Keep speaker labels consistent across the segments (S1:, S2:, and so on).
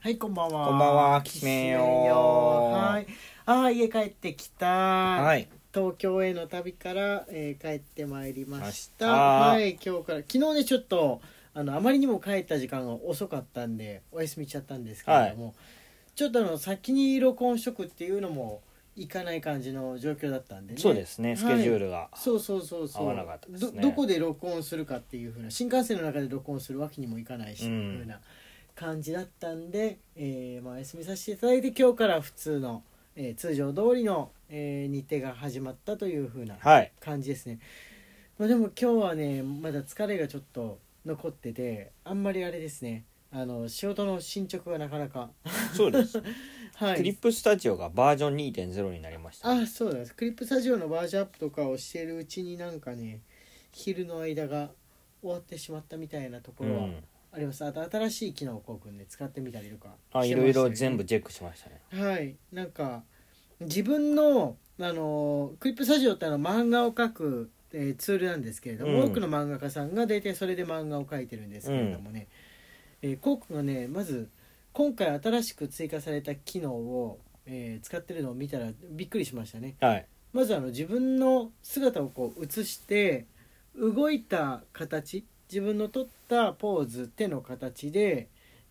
S1: はい、こんばんは。
S2: こんばんはきしめんよ
S1: はい。ああ、家帰ってきた。
S2: はい
S1: 東京への旅から、えー帰ってまいりました。
S2: 明日
S1: はい、今日から、昨日ね、ちょっと、あの、あまりにも帰った時間が遅かったんで、お休みしちゃったんですけれども、ちょっとあの、先に録音食っていうのも、いかない感じの状況だったんでね。
S2: そうですね、
S1: はい
S2: スケジュールが
S1: そうそうそうそう
S2: 合わなかったですね
S1: どどこで録音するかっていう風な新幹線の中で録音するわけにもいかないし、
S2: うん
S1: 風な感じだったんで、えーまあ、お休みさせていただいて今日から普通の、えー通常通りの、えー日程が始まったという風な
S2: はい
S1: 感じですね、まあ、でも今日はねまだ疲れがちょっと残っててあんまりあれですねあの仕事の進捗がなかなか
S2: そうです、
S1: は
S2: クリップスタジオがバージョン2.0になりましたね、
S1: あそうなんですクリップスタジオのバージョンアップとかをしてるうちになんかね昼の間が終わってしまったみたいなとこ
S2: う
S1: ろは
S2: ん、
S1: あります、あと新しい機能をこうくんで使ってみたりとか
S2: あい
S1: して
S2: ろ
S1: ま
S2: い
S1: した
S2: ろ
S1: ね
S2: 全部チェックしましたね
S1: はいなんか自分のあのクリップスタジオってあの漫画を描く、えーツールなんですけれども、
S2: うん
S1: 多くの漫画家さんが大体それで漫画を描いてるんですけれどもね、えーコウ君がねまず今回新しく追加された機能を、えー使ってるのを見たらびっくりしましたね
S2: はい
S1: まずあの自分の姿をこう映して動いた形自分の取ったポーズ手の形で、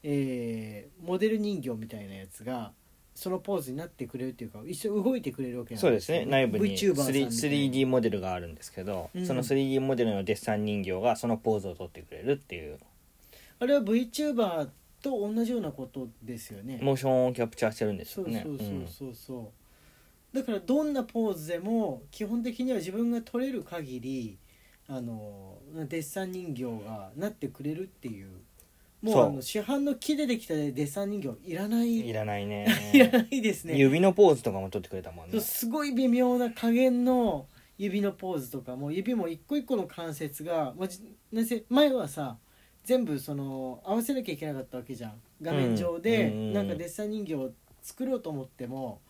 S1: えーモデル人形みたいなやつがそのポーズになってくれるっていうか一緒に動いてくれるわけなん
S2: そうですね内部に
S1: VTuber さんみたいな
S2: 3D モデルがあるんですけど、
S1: うん
S2: その 3D モデルのデッサン人形がそのポーズを取ってくれるっていう
S1: あれは VTuber と同じようなことですよね
S2: モーションをキャプチャーしてるんです
S1: そ
S2: よ
S1: う
S2: ね
S1: そうそう
S2: うん
S1: そうそう、だからどんなポーズでも基本的には自分が取れる限りあのデッサン人形がなってくれるっていうもう
S2: そう
S1: あの市販の木でできたデッサン人形いらない
S2: いらないね
S1: いらないですね
S2: 指のポーズとかも取ってくれたもん
S1: そう
S2: ね
S1: すごい微妙な加減の指のポーズとかも指も一個一個の関節が、まあじなんせ前はさ全部その合わせなきゃいけなかったわけじゃん画面上で、
S2: うんうんうん
S1: なんかデッサン人形を作ろうと思っても、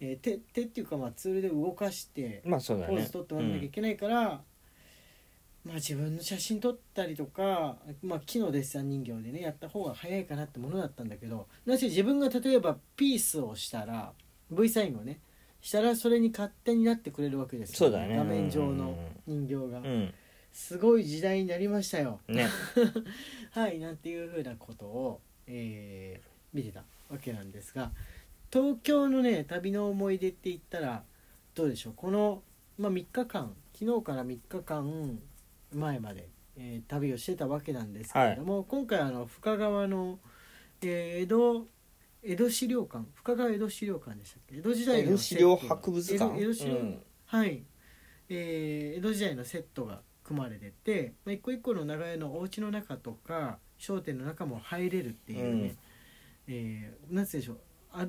S1: えー手手っていうかまあツールで動かして
S2: まあそうだね
S1: ポーズ取ってもらわなきゃいけないから、まあ自分の写真撮ったりとか、まあ、木のデッサン人形でねやった方が早いかなってものだったんだけどなぜ自分が例えばピースをしたら V サインをねしたらそれに勝手になってくれるわけです
S2: そうだね
S1: 画面上の人形が、
S2: うんうん
S1: すごい時代になりましたよ
S2: うんね
S1: はいなんていうふうなことを、えー見てたわけなんですが東京のね旅の思い出って言ったらどうでしょうこの、まあ、3日間昨日から3日間前まで、えー旅をしてたわけなんですけれども、今回あの深川の、えー江戸江戸資料館深川江戸資料館でしたっけ江戸時代
S2: 江
S1: の
S2: 戸資料博物
S1: セットが
S2: 館
S1: 江戸江戸資料、
S2: うん
S1: はい、えー江戸時代のセットが組まれてて、まあ、一個一個の長屋のお家の中とか商店の中も入れるっていうね、えーなんつうんでしょうあ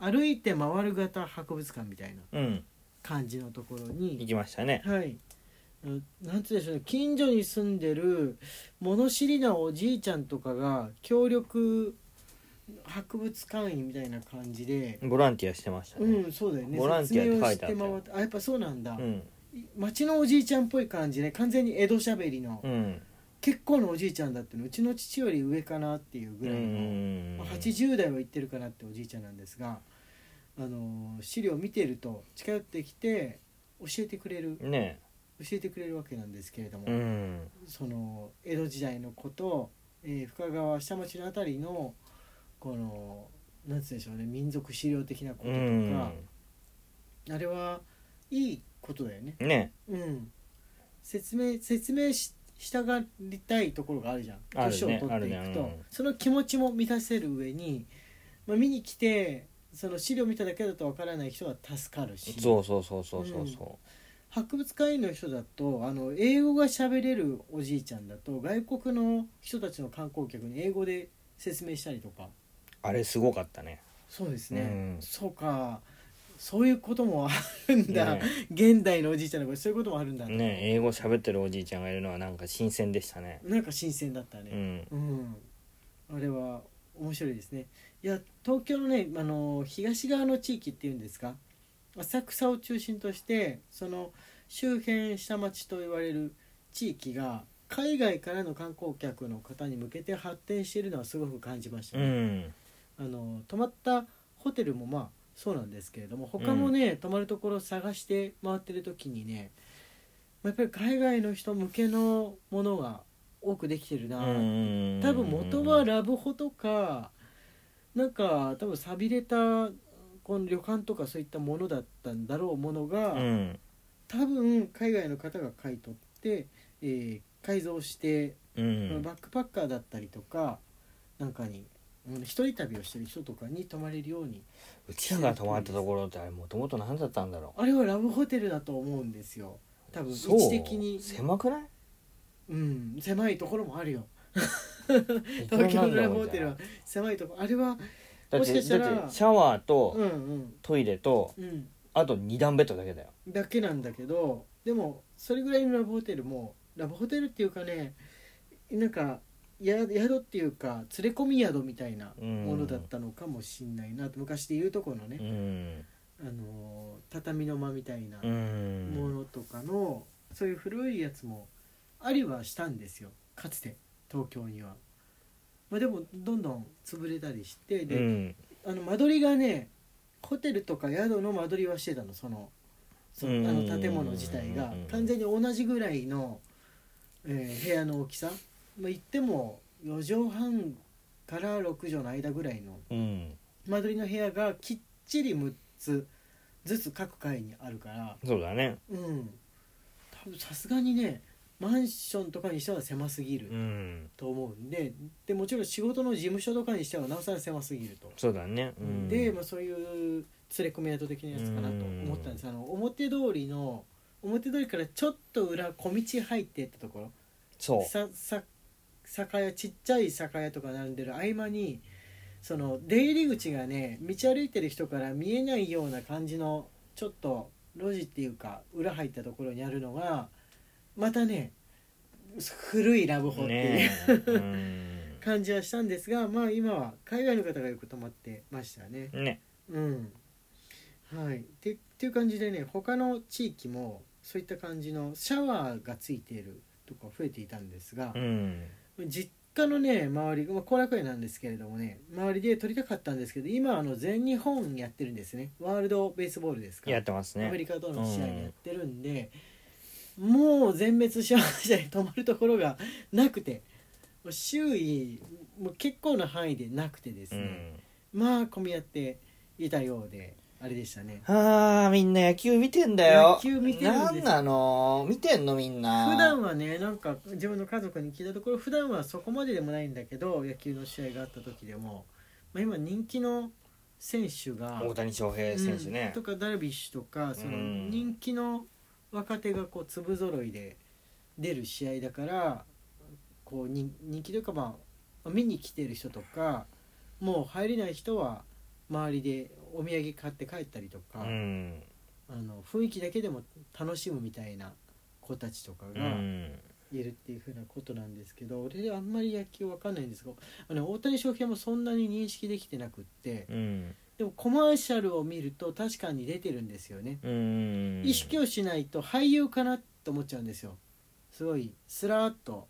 S1: 歩いて回る型博物館みたいな
S2: うん
S1: 感じのところ
S2: 行
S1: に、
S2: きましたね
S1: はい、うんなんつうんでしょうね近所に住んでる物知りなおじいちゃんとかが協力博物館員みたいな感じで、
S2: ボランティアしてましたね
S1: うん、そうだよね
S2: ボランティアって書いてあったよ
S1: 説明をして回ってあやっぱそうなんだ、
S2: うん
S1: 町のおじいちゃんっぽい感じで完全に江戸しゃべりの、
S2: うん
S1: 結構のおじいちゃんだってのうちの父より上かなっていうぐらいの、まあ80代は行ってるかなっておじいちゃんなんですが、あのー資料を見てると近寄ってきて教えてくれる
S2: うんね
S1: 教えてくれるわけなんですけれども、
S2: うん
S1: その江戸時代のこと、えー深川下町のあたりのこのなんつうんでしょうね民族資料的なこと
S2: う
S1: とか、
S2: ん
S1: あれはいいことだよね。
S2: ね
S1: うん、説明説明ししたがりたいところがあるじゃん
S2: あるね
S1: 年を取っていくと、
S2: あるねうん
S1: その気持ちも満たせる上に、まあ、見に来てその資料見ただけだとわからない人は助かるし
S2: そうそうそうそうそうそ
S1: 博物館員の人だとあの英語が喋れるおじいちゃんだと外国の人たちの観光客に英語で説明したりとか
S2: うあれすごかったね
S1: そうですね、
S2: うん
S1: そうかそういうこともあるん だ、
S2: ね
S1: 現代のおじいちゃんの声そういうこともあるんだ、
S2: ね英語喋ってるおじいちゃんがいるのはなんか新鮮でしたね
S1: なんか新鮮だったね、
S2: うん
S1: うん、あれは面白いですねいや東京のねあの東側の地域っていうんですか浅草を中心としてその周辺下町と言われる地域が海外からの観光客の方に向けて発展しているのはすごく感じました
S2: う
S1: ね、
S2: ん
S1: あの泊まったホテルもまあそうなんですけれども他もね、泊まるところ探して回ってる時にねまあやっぱり海外の人向けのものが多くできてるな、多分元はラブホとかなんか多分寂れたこの旅館とかそういったものだったんだろうものが、
S2: うん
S1: 多分海外の方が買い取って、えー改造して、
S2: うん
S1: バックパッカーだったりとかなんかに、うん、一人旅をしてる人とかに泊まれるように
S2: うちらが泊まったところってあれもともと何だったんだろ
S1: あれはラブホテルだと思うんですよ多
S2: う
S1: 分位
S2: そう
S1: 置的に
S2: 狭くない
S1: うん、狭いところもあるよ東京のラブホテルは狭いところあれは
S2: だっ
S1: もしか
S2: て
S1: したら
S2: だってシャワーと
S1: うんうん
S2: トイレと
S1: うん
S2: あと2段ベッドだけだよ
S1: だけなんだけどでもそれぐらいのラブホテルもラブホテルっていうかねなんかや宿っていうか連れ込み宿みたいな
S2: うん
S1: ものだったのかもしんないなと昔で言うとこの
S2: う
S1: ね、
S2: ん
S1: あのー畳の間みたいな
S2: う
S1: も
S2: ん
S1: のとかの、そういう古いやつもありはしたんですよかつて東京には。まあ、でもどんどん潰れたりしてで、
S2: うん
S1: あの間取りがねホテルとか宿の間取りはしてたのそのそ
S2: うん
S1: のあの建物自体が
S2: うん
S1: 完全に同じぐらいの、えー部屋の大きさ、まあ、言っても4畳半から6畳の間ぐらいの
S2: うん
S1: 間取りの部屋がきっちり6つずつ各階にあるから
S2: そうだね
S1: うん多分さすがにねマンションとかにしては狭すぎる
S2: うん
S1: と思うんででもちろん仕事の事務所とかにしてはなおさら狭すぎると。
S2: そうだねうん
S1: で、まあ、そういう連れ込み宿的なやつかなと思ったんですあの表通りの表通りからちょっと裏小道入ってったとこ
S2: そ
S1: ろ
S2: う
S1: ささ酒屋ちっちゃい酒屋とか並んでる合間にその出入り口がね道歩いてる人から見えないような感じのちょっと路地っていうか裏入ったところにあるのがまたね古いラブホっていう、
S2: ねえうん
S1: 感じはしたんですがまあ今は海外の方がよく泊まってましたね。
S2: ね
S1: うんはい、てっていう感じでね他の地域もそういった感じのシャワーがついているとこが増えていたんですが
S2: う、ん
S1: 実家のね周り、まあ、後楽園なんですけれどもね周りで撮りたかったんですけど今あの全日本やってるんですねワールドベースボールですか
S2: やってます
S1: アメ
S2: ね
S1: リカとの試合やってるんで、もう全滅しましたね泊まるところがなくてもう周囲もう結構な範囲でなくてです
S2: う
S1: ね、
S2: ん
S1: まあ混み合っていたようであれでしたね
S2: あーみんな野球見てんだよ
S1: 野球見てるんで
S2: な
S1: す
S2: んなの見てんのみんな
S1: 普段はねなんか自分の家族に聞いたところ普段はそこまででもないんだけど野球の試合があった時でも、まあ、今人気の選手が
S2: 大谷翔平選手ね
S1: うんとかダルビッシュとかその
S2: うん
S1: 人気の若手がこう粒揃いで出る試合だからこう人人気というかまあ見に来てる人とかもう入れない人は周りでお土産買って帰ったりと
S2: う
S1: か、
S2: ん
S1: あの雰囲気だけでも楽しむみたいな子たちとか
S2: う
S1: が
S2: ん
S1: いるっていうふうなことなんですけど、俺あんまり野球わかんないんですがあの大谷翔平もそんなに認識できてなくって
S2: うん
S1: でもコマーシャルを見ると確かに出てるんですよね。
S2: うん
S1: 意識
S2: を
S1: をしないと俳優かなと思っちゃうんですよすごいスラーっと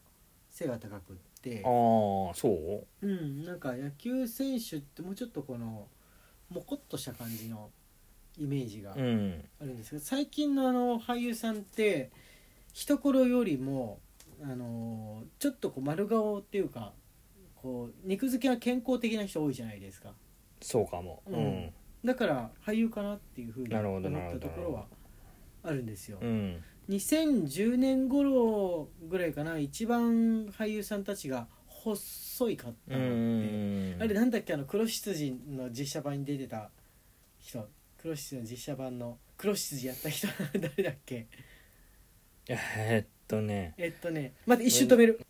S1: 背が高くって、
S2: ああそう
S1: うん、なんか野球選手ってもうちょっとこのもこっとした感じのイメージがあ
S2: うん
S1: るんですけど最近のあの俳優さんって一頃よりも、あのーちょっとこう丸顔っていうかこう肉付きが健康的な人多いじゃないですか
S2: そうかも
S1: うん
S2: うん
S1: だから俳優かなっていうふうに
S2: なるほ
S1: 思っ
S2: どなる
S1: た
S2: ほど
S1: ところはあるんですよ。
S2: うん
S1: 2010年頃ぐらいかな一番俳優さんたちが細いかった
S2: う
S1: のって、
S2: ん
S1: あれなんだっけあの黒羊の実写版に出てた人黒羊の実写版の黒羊やった人 誰だっけ
S2: えーっとね
S1: えっとね待って一瞬止める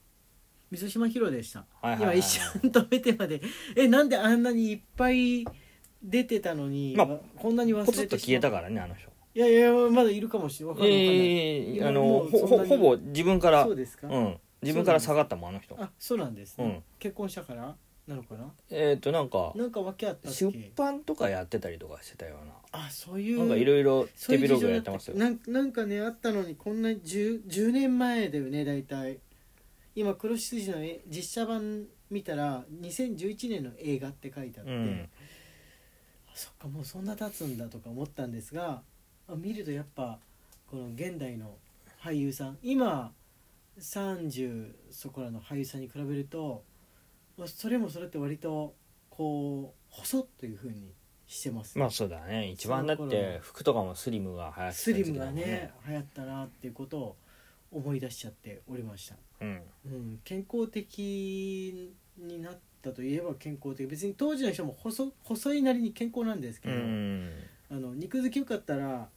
S1: 水島ヒロでした
S2: はいはい
S1: 今
S2: はい
S1: 一瞬止めてまでえなんであんなにいっぱい出てたのに、
S2: まあ
S1: こんなに忘れ
S2: ポ
S1: て
S2: ツッと消えた
S1: ら
S2: からねあの人
S1: いやいやまだいるかもしれないわかんないわかんない、
S2: ええ
S1: 今
S2: あ
S1: も
S2: の
S1: う
S2: ほ
S1: そん
S2: ほ
S1: なに
S2: ほぼ自分から
S1: そうですか、
S2: うん自分から下がったもんあの人
S1: あそうなんです、ね
S2: うん
S1: 結婚したからなのかな
S2: えーっとなんか
S1: なんか訳あったっ
S2: 出
S1: け
S2: 版とかやってたりとかしてたような
S1: あそういう
S2: なんかいろいろ
S1: そう
S2: 手
S1: いう事
S2: 広
S1: 情
S2: く
S1: だ
S2: やっ
S1: っ
S2: て
S1: た
S2: ますよ。
S1: なんなんかねあったのにこんな 10, 10年前だよね大体今黒執事のえ実写版見たら2011年の映画って書いてあって、
S2: うん
S1: あそっかもうそんな経つんだとか思ったんですがあ見るとやっぱこの現代の俳優さん今30そこらの俳優さんに比べるとまあそれもそれって割とこう細っというふうにしてますね
S2: まあそうだね一番だっ
S1: その頃
S2: て
S1: の
S2: 服とかもスリムが流行ってた
S1: ス
S2: 時
S1: リム
S2: だ
S1: が
S2: もん
S1: ね流行ったなっていうことを思い出しちゃっておりました、
S2: うん
S1: うん、健康的になったといえば健康的別に当時の人も細細いなりに健康なんですけ
S2: う
S1: ど、
S2: ん
S1: あの肉付きよかったら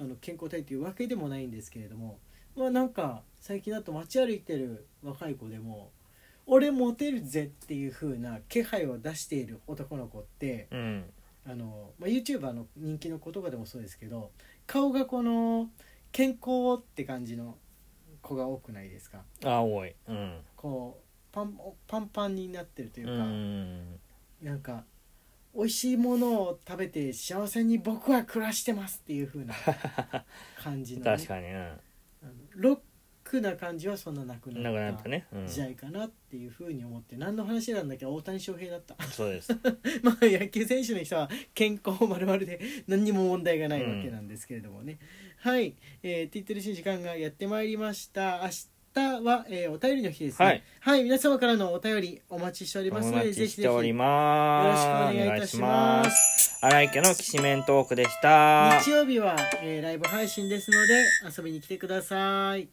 S1: あの健康体というわけでもないんですけれどもまあなんか最近だと街歩いてる若い子でも「俺モテるぜ」っていう風な気配を出している男の子って
S2: うん
S1: あの、まあ、YouTuber の人気の子とかでもそうですけど顔がこの健康って感じの子が多くないですか
S2: あ多いうん
S1: こうパンパンパンになってるという
S2: う
S1: か、
S2: ん
S1: なんか美味しいものを食べて幸せに僕は暮らしてますっていう 風な感じの,、
S2: 確かにうん
S1: あのロックな感じはそんななく
S2: なく
S1: な
S2: な
S1: っ
S2: った
S1: た
S2: ね、うん、
S1: 時代かなっていう風に思って何の話なんだっけ大谷翔平だった
S2: そうです
S1: まあ野球選手の人は健康まるまるで何にも問題がないわけなんですけれどもね、はい、えー、ティットルシ時間がやってまいりました明日は、えーお便りの日ですね
S2: はい、
S1: はい、皆様からのお便りお待ちしており
S2: お
S1: ますので
S2: 待
S1: ぜ
S2: ち
S1: ひ
S2: し
S1: ぜ
S2: てお
S1: ひ
S2: ります
S1: よろしくお願いいたし
S2: お願
S1: ま
S2: いします荒井家のきしめんトークでした
S1: 日曜日は、えーライブ配信ですので遊びに来てください。